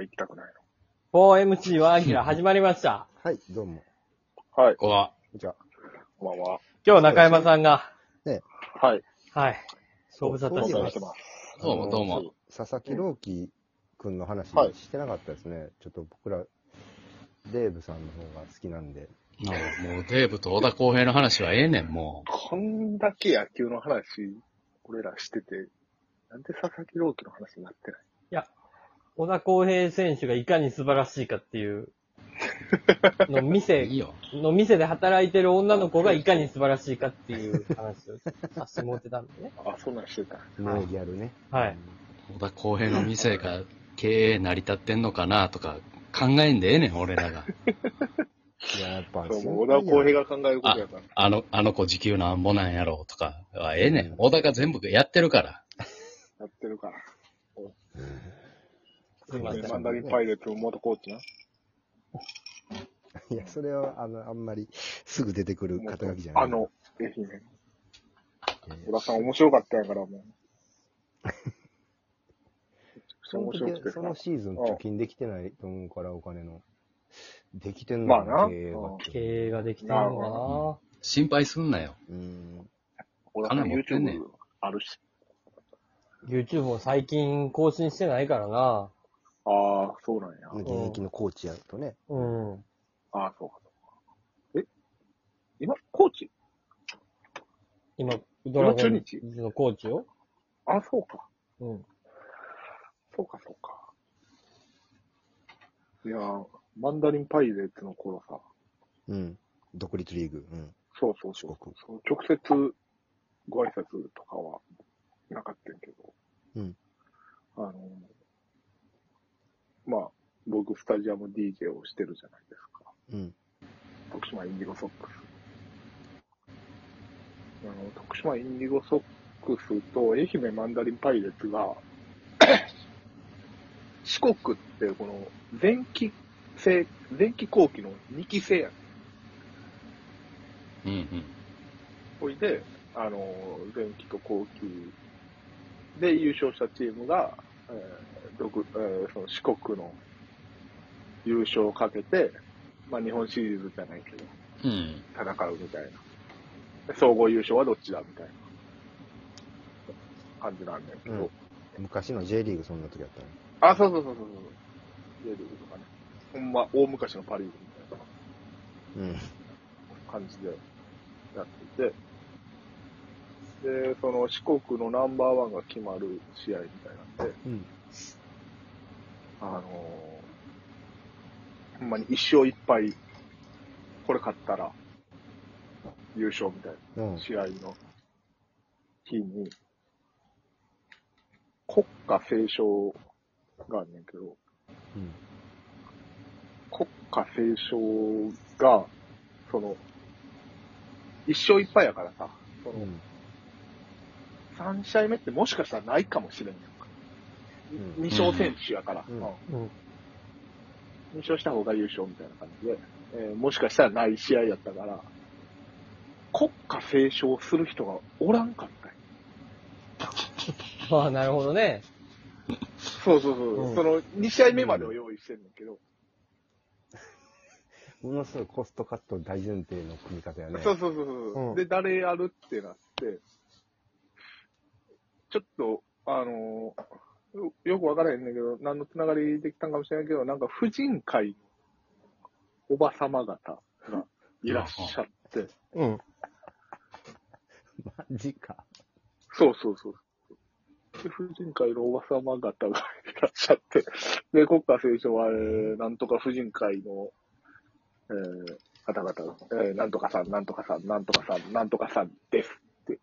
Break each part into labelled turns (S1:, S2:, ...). S1: 行きたくない
S2: 4MC ワーキラ始まりました。
S3: はい、どうも。
S1: の。はい、
S4: こは、
S3: じゃあ、
S1: こんばんは。
S2: 今日中山さんが、
S1: はい、
S2: はい、ご無沙
S1: お
S2: 汰
S3: そう
S2: して
S1: 伝
S2: ま
S1: え
S2: す
S1: して。ます。
S4: どうもどうも。
S3: 佐々木朗希くんの話
S1: はい
S3: してなかったですね。ちょっと僕ら、デーブさんの方が好きなんで。
S4: もうもうデーブと小田公平の話はええねん、も
S1: こんだけ野球の話、俺らしてて、なんで佐々木朗希の話になってない
S2: 小田康平選手がいかに素晴らしいかって いう、の
S4: う。いい
S2: 店、
S4: よ。
S2: の店で働いてる女の子がいかに素晴らしいかっていう話をさせてもらってたんでね。
S1: あ、そんなんしてた。
S3: ノーギャルね。
S2: はい。
S4: 小田公平の店が経営成り立ってんのかなとか考えんでええねん、俺らが。
S3: いや、やっぱ、
S1: そう、もう小田浩平が考えることやから。
S4: あの、あの子時給なんぼなんやろうとかはええねん。小田が全部やってるから。
S1: やってるから。
S2: すいません。
S1: マンダリンパイレーツの元コーチな。
S3: いや、それは、あの、あんまり、すぐ出てくる肩書きじゃない。
S1: あの、愛媛。小田さん面白かったやから、もう。めちゃくちゃ
S3: その
S1: 面
S3: 時
S1: 白くてさ
S3: そのシーズン
S1: うん
S3: 貯金できてないと思うから、お金の。できてんの
S1: まあ
S3: か
S1: な。う
S3: 経営が
S1: ん
S2: 経営ができたの
S1: なる
S2: か
S4: 心配すんなよ。
S3: うん。
S1: 小田さん
S4: 金持ってんねん
S1: YouTube あるし。
S2: な YouTube も最近更新してないからな
S1: ああ、そうなんや。
S3: 現役のコーチやるとね。
S2: うん。
S1: ああ、そうか、そうか。え今、コーチ
S2: 今、ドラゴ
S1: 中
S2: ン
S1: 日
S2: ズのコーチを
S1: あ、そうか。
S2: うん。
S1: そうか、そうか。いやー、マンダリンパイレーツの頃さ、
S3: うん。独立リーグ。うん。
S1: そうそうそ
S3: 四
S1: う。
S3: 国。
S1: そう直接ご挨拶とかはなかったんやけど、
S3: うん。
S1: あのー、まあ、僕、スタジアム DJ をしてるじゃないですか。
S3: うん。
S1: 徳島インディゴソックス。あの、徳島インディゴソックスと愛媛マンダリンパイレーツが、 四国ってこの前期制、前期後期の2期生やん。
S4: うんうん。
S1: ほいで、あの、前期と後期で優勝したチームが、えー独えーその四国の優勝をかけて、まあ日本シリーズじゃないけど、
S4: うん。
S1: 戦うみたいな。総合優勝はどっちだみたいな感じなんだけど。
S3: うん昔の J リーグそんな時やったの。
S1: あ、そうそうそうそうそう。J リーグとかね。ほんま、大昔のパリーグみたい
S3: うん。
S1: な感じでやっていて。で、その四国のナンバーワンが決まる試合みたいなんで、
S3: うん。
S1: あのーほんまに一勝一敗、これ勝ったら優勝みたいな。
S3: うん。
S1: 試合の日に、国歌斉唱があんねんけど、
S3: うん
S1: 国歌斉唱が、その、一勝一敗やからさ、その、
S3: うん。
S1: 三試合目ってもしかしたらないかもしれんやんか。
S3: うん
S1: 二勝選手やから、
S3: うん
S1: うん
S2: うん。
S1: 優勝した方が優勝みたいな感じで、えーもしかしたらない試合やったから、国歌斉唱する人がおらんかったんよ
S2: まあ、なるほどね。
S1: そうそうそう。
S2: うん
S1: その、2試合目までを用意してるんだけど、
S3: ものすごいコストカット大前提の組み方やね。
S1: そうそうそうそう、
S2: うん
S1: で、誰やるってなって、ちょっと、あのーよよくわからへんねんけど、何のつながりできたんかもしれないけど、なんか婦人会のおばさま方がいらっしゃって、
S2: うん。
S3: マジか。
S1: そうそうそう。で婦人会のおばさま方がいらっしゃって、 で、国家斉唱は、えーなんとか婦人会の、えー方々が、えーなんとかさん、なんとかさん、なんとかさん、なんとかさんですって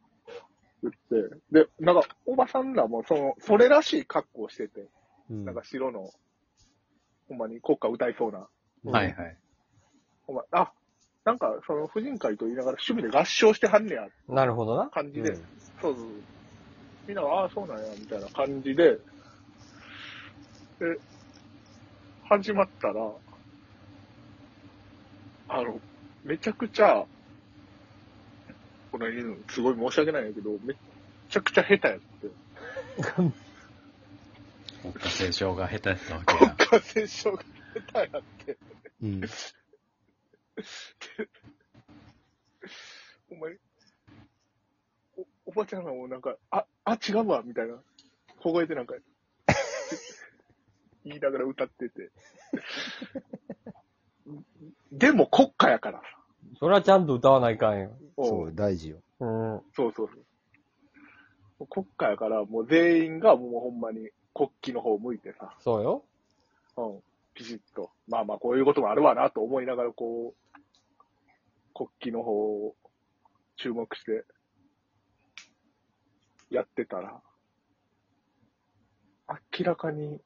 S1: 言って、で、なんか、おばさんらも、その、それらしい格好をしてて、
S3: うん
S1: なんか白の、ほんまに国歌歌いそうな、
S4: はいはい。
S1: ほんま、あ、なんか、その婦人会と言いながら趣味で合唱してはんねや、
S2: なるほどな。
S1: 感じ
S3: う
S1: で、
S3: ん
S1: そうそうそう。みんなが、ああ、そうなんや、みたいな感じで、で、始まったら、あの、めちゃくちゃ、この犬、すごい申し訳ないんやけど、めっちゃくちゃ下手やって。
S4: 国家斉唱が下手やったわけや。
S1: 感染症が出たやって、
S3: うん。
S1: お前、お、おばちゃんがもうなんか、あ、あ、違うわ、みたいな、小声でなんか、 言いながら歌ってて。 でも国家やから。
S2: それはちゃんと歌わないかんよ。
S3: そう、大事よ。
S2: うん。
S1: そうそうそう。国家やから、もう全員がもうほんまに国旗の方向いてさ、
S2: そうよ。
S1: うん、ピシッと。まあまあ、こういうこともあるわなと思いながら、こう、国旗の方を注目して、やってたら、明らかに、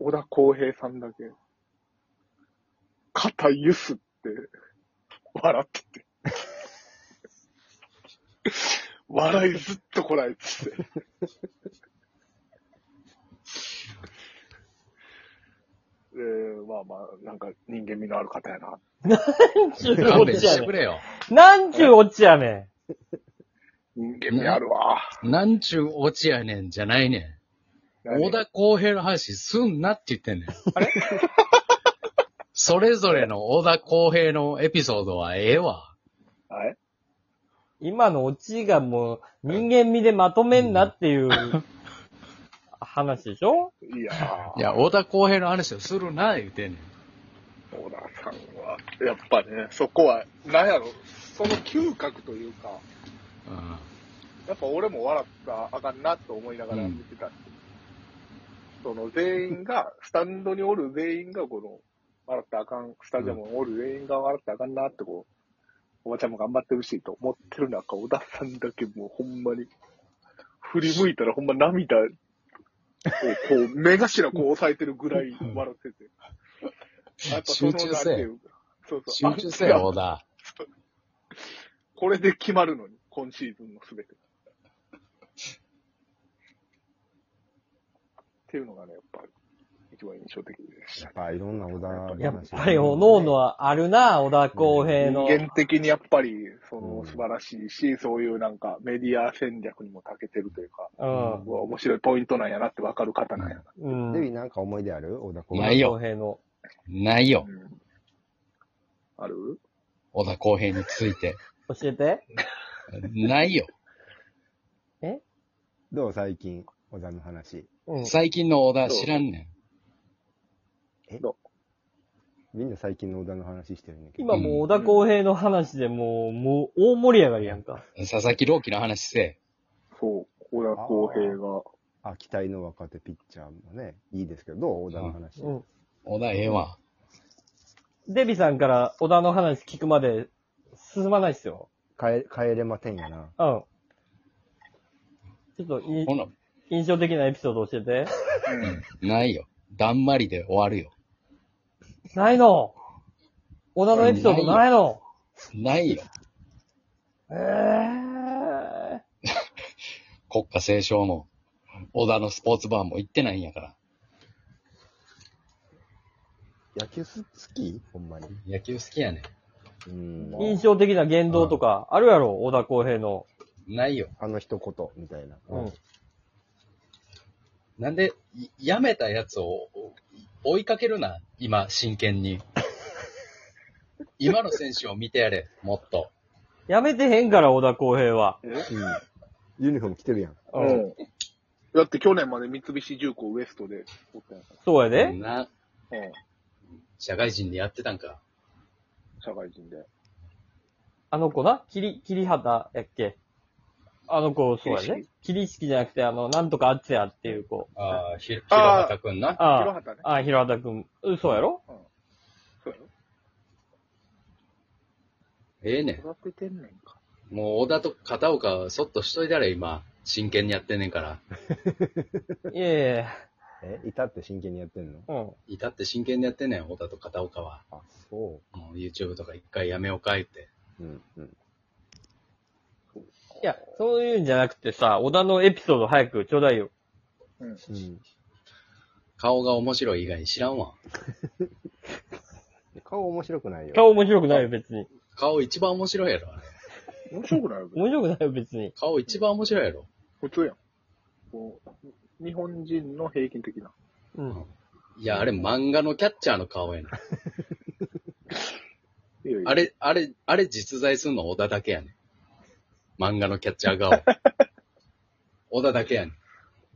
S1: 小田康平さんだけ、肩ゆすって、笑ってて。笑いずっとこないっつって。えー、まあまあ、なんか人間味のある方やな。
S2: なんちゅう
S4: 勘
S2: オ
S4: 弁
S2: チ
S4: し
S2: や
S4: てく
S2: ね
S4: れよ。
S2: ん。なんちゅうオチやねん。
S1: 人間味あるわ。
S4: なんちゅうオチやねんじゃないねん。小田公平の話すんなって言ってんねん。あれ それぞれの小田公平のエピソードはええわ。
S1: はい
S2: 今のオチがもう人間味でまとめんなって いう話でしょ
S1: いやー
S4: いや、小田公平の話をするな言ってんねん。
S1: 小田さんは、やっぱね、そこは、なんやろ、その嗅覚というか、
S4: うん
S1: やっぱ俺も笑ったらあかんなと思いながら見てた、その全員が、スタンドにおる全員が、この、笑ったらあかん、スタジアムにおる全員が笑ったらあかんなってこう、おばちゃんも頑張ってほしいと思ってる中、小田さんだけもうほんまに、振り向いたらほんま涙をこう、目頭こう押さえてるぐらい笑ってて。やっぱその
S4: 集中せえ
S1: なんていうかそうそう。
S4: 集中せよ、小田。
S1: これで決まるのに、今シーズンのすべて。っていうのがね、やっぱり、一番印象的でし
S3: や
S1: た
S3: っ。ぱいろんな小田話
S2: やっぱりおのおのはあるな、小田公平
S1: 人
S2: の。
S1: 間的にやっぱり、そ
S3: うん
S1: の素晴らしいし、そういうなんかメディア戦略にも長けてるというか、
S2: うん。
S1: うわ面白いポイントなんやなって分かる方なんやな。
S2: うん。
S3: デビなんか思い出ある小田公
S4: な
S3: 平
S4: い。
S2: 公
S4: よ
S2: 平の。
S4: ないよ
S1: う。んある
S4: 小田公平について。
S2: 教えて。
S4: ないよ。
S3: どう最近、小田の話。
S2: うん。
S4: 最近の小田知らんね
S3: みんな最近の小田の話してるんだけど。
S2: 今もう小田公平の話でもう、もう大盛り上がりやんか。
S4: ん。佐々木朗希の話せえ。
S1: そう、小田公平が。
S3: あ、期待の若手ピッチャーもね、いいですけど、どう小田の話。
S2: うん。
S4: 小田ええわ。
S2: デビさんから小田の話聞くまで進まないっすよ。
S3: 帰帰れませんやな。
S2: うん。ちょっとい
S4: ほな、
S2: 印象的なエピソード教えて。
S1: うん
S4: ないよ。だんまりで終わるよ。
S2: ないの小田のエピソードないの
S4: ないよ。
S2: ええ
S4: 国家斉唱も、小田のスポーツバーも行ってないんやから。
S3: 野球す好きほんまに。
S4: 野球好きやね
S3: うん。
S2: 印象的な言動とかあるやろ小田公平の。
S4: ん。ないよ。
S3: あの一言、みたいな。
S2: うん。
S4: なんで、いやめたやつをお追いかけるな、今、真剣に。今の選手を見てやれ、もっと。
S2: やめてへんから、小田公平は。
S1: え
S3: うん。ユニフォーム着てるやん。
S2: うん。
S1: だって去年まで三菱重工ウエストでおったんやか
S2: そうやで。
S4: な、
S1: ら。うん。
S4: 社会人でやってたんか。
S1: 社会人で。
S2: あの子な、キリ、キリハタやっけ。あの子、そうや
S1: 桐
S2: ね
S1: 敷。
S2: キリ式じゃなくて、あの、なんとかあっつやっていう子。
S4: ああ、ひろ、ひろはたくんな。
S1: 広
S2: あ
S1: 畑ね
S2: あ、。ああ、ひろはたくん。うそうやろ
S1: そうやろ
S4: ええね
S1: 育ててんねんか。
S4: ん。もう、小田と片岡はそっとしといたれ、今。真剣にやってんねんから。
S2: いやいやいや
S3: え、いたって真剣にやってんの
S2: うん。
S4: いたって真剣にやってんねん、小田と片岡は。
S3: あ、そ
S4: もう YouTube とか一回やめようか言って。
S3: う。うん、うん。
S2: いや、そういうんじゃなくてさ、小田のエピソード早くちょうだいよ。
S3: うん。
S4: 顔が面白い以外知らんわ。
S3: 顔面白くないよ。
S2: 顔面白くないよ、別に。
S4: 顔一番面白いやろ、あれ。
S1: 面白くないよ、別に
S2: 面白くないよ、別に。
S4: 顔一番面白いやろ。
S1: 普通やん。こう日本人の平均的な。
S2: うん。
S4: いや、あれ漫画のキャッチャーの顔やねん。
S1: いやいや
S4: あれ、あれ、あれ実在すんの小田だけやねん。漫画のキャッチャー顔。小田だけやねん。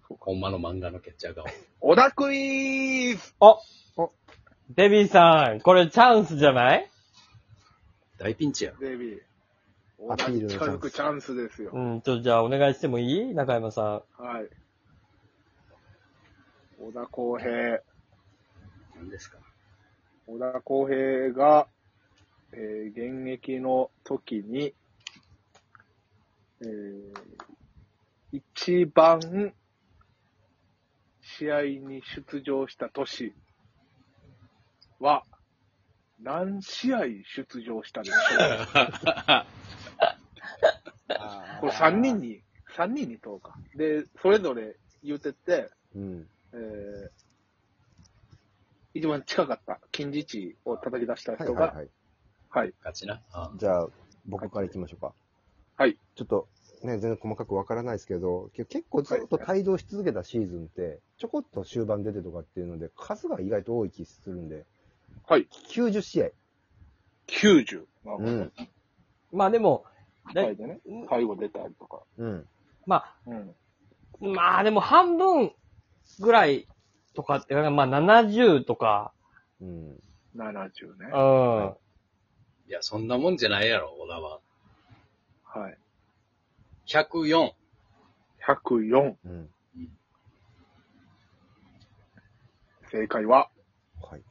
S4: ほんまの漫画のキャッチャー顔。
S1: 小田クイズ
S2: デビーさん、これチャンスじゃない
S4: 大ピンチや。
S1: デビー。小
S3: アピ
S1: 田
S3: ール
S1: に
S3: のチャンス
S1: 近づくチャンスですよ。
S2: うん、ちょ、じゃあお願いしてもいい中山さ
S1: はい。小田公平。
S4: 何ですか
S1: 小田公平が、えー現役の時に、えー一番試合に出場した年は、何試合出場したでしょう これ3人に、三人に問うか。で、それぞれ言うてって、
S3: うん。
S1: えー一番近かった近似値を叩き出した
S3: はい
S1: 人
S3: は
S1: が
S3: い、はい。
S1: はい。
S4: 勝ちな。あ
S3: じゃあ、僕から行きましょうか。
S1: はい。
S3: ちょっと、ね、全然細かくわからないですけど、け結構ずっと帯同し続けたシーズンって、ちょこっと終盤出てとかっていうので、数が意外と多い気するんで、
S1: はい。
S3: 90試合。
S1: 90。まあ
S3: うん。
S2: ん。まあでも、だ
S1: はいでね、介護出たりとか。
S3: うん。
S2: ま
S1: うん。
S2: あ、まあでも半分ぐらいとかって、まあ70とか、
S3: うん。
S1: 70ね
S2: う。ん。
S4: いや、そんなもんじゃないやろ、小田は。
S1: はい。
S4: 104。
S1: 104。
S3: うん。
S1: 正解は
S3: はい。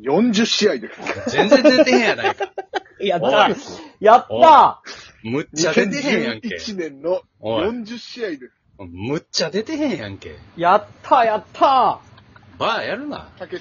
S1: 40試合です。
S4: 全然出てへんやないか。
S2: やっ
S4: お
S2: た
S4: い
S2: やった
S4: むっちゃ出てへんや んけ。
S1: 2011年の
S4: おい
S1: 40試合です。
S4: むっちゃ出てへんやんけ。
S2: やったやった
S4: バーやるな。
S1: たけし